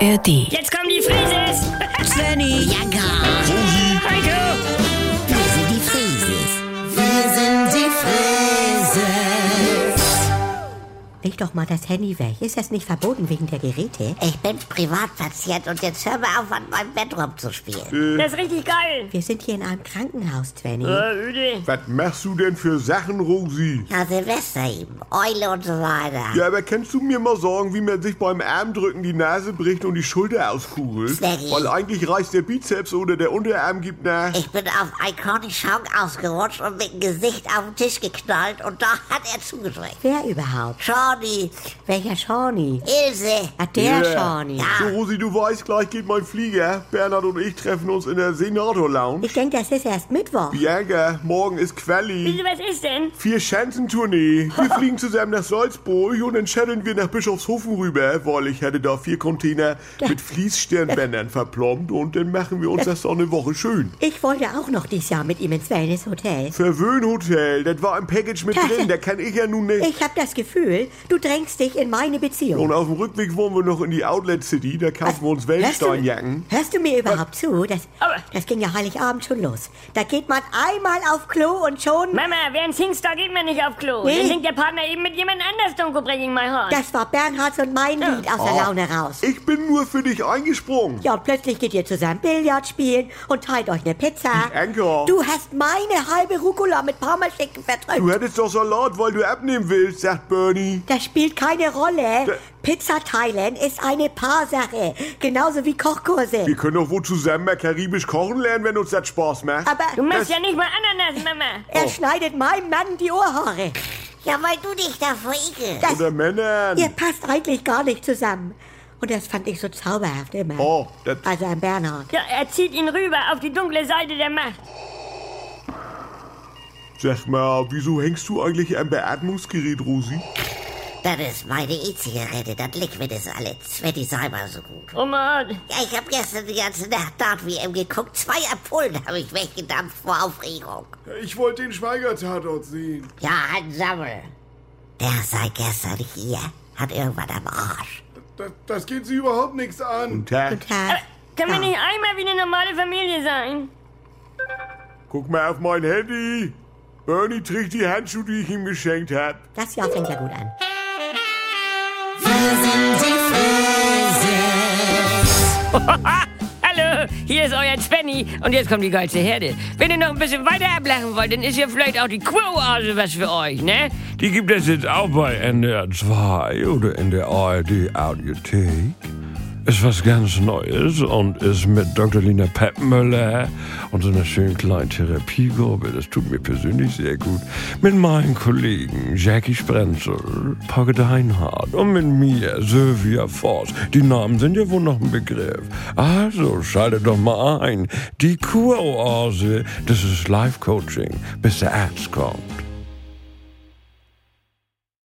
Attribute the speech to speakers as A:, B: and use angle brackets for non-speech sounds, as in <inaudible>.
A: ARD.
B: Jetzt kommen die Frises! <laughs>
C: Svenny, Äh.
D: Ja, gar.
B: Heiko!
D: Wir sind die Frieses. Wir sind die Frieses.
C: leg doch mal das Handy weg. Ist das nicht verboten wegen der Geräte?
D: Ich bin Privatpatient und jetzt hör mal auf, an meinem Bett rumzuspielen.
B: Das ist richtig geil!
C: Wir sind hier in einem Krankenhaus, Svenny.
E: Äh.
B: Oh, öde.
E: Was machst du denn für Sachen, Rosi?
D: Ja, Silvester eben. Eule und so weiter.
E: Ja, aber kannst du mir mal sagen, wie man sich beim Armdrücken die Nase bricht und die Schulter auskugelt?
D: Snaggy.
E: Weil eigentlich reißt der Bizeps oder der Unterarm gibt nach.
D: Ich bin auf Iconic Schaum ausgerutscht und mit dem Gesicht auf den Tisch geknallt und da hat er zugedrückt.
C: Wer überhaupt?
D: Shawnee,
C: Welcher Shawnee?
D: Ilse,
C: Ah, der
E: Ja.
C: Shawnee.
D: Ja.
E: So, Rosi, du weißt, gleich geht mein Flieger. Bernhard und ich treffen uns in der Senator-Lounge.
C: Ich denke, das ist erst Mittwoch.
E: Bianca, morgen ist Quelli.
B: Wieso, was ist denn?
E: Vier Schanzentournee.
D: <laughs>
E: Wir fliegen zusammen nach Salzburg und dann shaddeln wir nach Bischofshofen rüber, weil ich hatte da vier Container mit Fließsternbändern verplombt und dann machen wir uns das doch eine Woche schön.
C: Ich wollte auch noch dieses Jahr mit ihm ins Wellness-Hotel.
E: Verwöhnhotel, das war im Package mit drin, da kann ich ja nun nicht.
C: Ich habe das Gefühl, du drängst dich in meine Beziehung.
E: Und auf dem Rückweg wollen wir noch in die Outlet City, da kaufen wir uns Äh,
C: Hörst du,
E: Wellensteinjacken.
C: hörst du mir überhaupt zu? Das,
B: Aber-
C: das ging ja Heiligabend schon los. Da geht man einmal auf Klo und schon...
B: Mama, während Singstar geht man nicht auf Klo.
C: Nee.
B: Dann singt der Partner eben mit jemand anders Don't Go Breaking My Heart.
C: Das war Bernhards und mein Lied aus der
E: Oh.
C: Laune raus.
E: Ich bin nur für dich eingesprungen.
C: Ja, und plötzlich geht ihr zusammen Billard spielen und teilt euch eine Pizza.
E: Enkel.
C: Du hast meine halbe Rucola mit Parmaschinken
E: Du
C: verdrückt.
E: hättest doch Salat, weil du abnehmen willst, sagt Bernie.
C: Das spielt keine Rolle.
E: Da-
C: Pizza teilen ist eine Paarsache. Genauso wie Kochkurse.
E: Wir können doch wohl zusammen mal karibisch kochen lernen, wenn uns das Spaß macht.
C: Aber
B: du machst ja nicht mal Ananas, Mama.
C: er schneidet meinem Mann die Ohrhaare.
D: ja, weil du dich davor ekelst.
C: Das,
E: Oder Männern.
C: ihr passt eigentlich gar nicht zusammen. Und das fand ich so zauberhaft immer.
E: Oh, das-
C: also an Bernhard.
B: Ja, er zieht ihn rüber auf die dunkle Seite der Macht.
E: Sag mal, wieso hängst du eigentlich am Beatmungsgerät, Rosi?
D: Das ist meine E-Zigarette, das Liquid ist alles. Wenn die mal so gut.
B: Oh Mann.
D: Ja, ich habe gestern die ganze Nacht Dart-WM geguckt. Zwei Ampullen habe ich weggedampft vor Aufregung.
E: Ich wollte den Schweiger-Tatort sehen.
D: Ja, ein Sammel. Der sei gestern hier. Hat irgendwann am Arsch.
F: Das, das geht sie überhaupt nichts an.
E: Guten Tag.
C: Tag.
B: Können wir
C: Ja.
B: nicht einmal wie eine normale Familie sein?
E: Guck mal auf mein Handy. Bernie trägt die Handschuhe, die ich ihm geschenkt hab.
C: Das Jahr fängt ja gut an.
G: Hallo, hier ist euer Svenny und jetzt kommt die geilste Herde. Wenn ihr noch ein bisschen weiter ablachen wollt, dann ist hier vielleicht auch die Quo-Oase was für euch, ne?
H: Die gibt es jetzt auch bei NDR 2 oder in der ARD Audiothek. Ist was ganz Neues und ist mit Dr. Lina Peppmüller und so einer schönen kleinen Therapiegruppe, das tut mir persönlich sehr gut, mit meinen Kollegen Jackie Sprenzel, Pogge Deinhardt und mit mir,
E: Oh.
H: Sylvia Voss. Die Namen sind ja wohl noch ein Begriff. Also schaltet doch mal ein. Die Kuroase, das ist Life-Coaching, bis der Arzt kommt.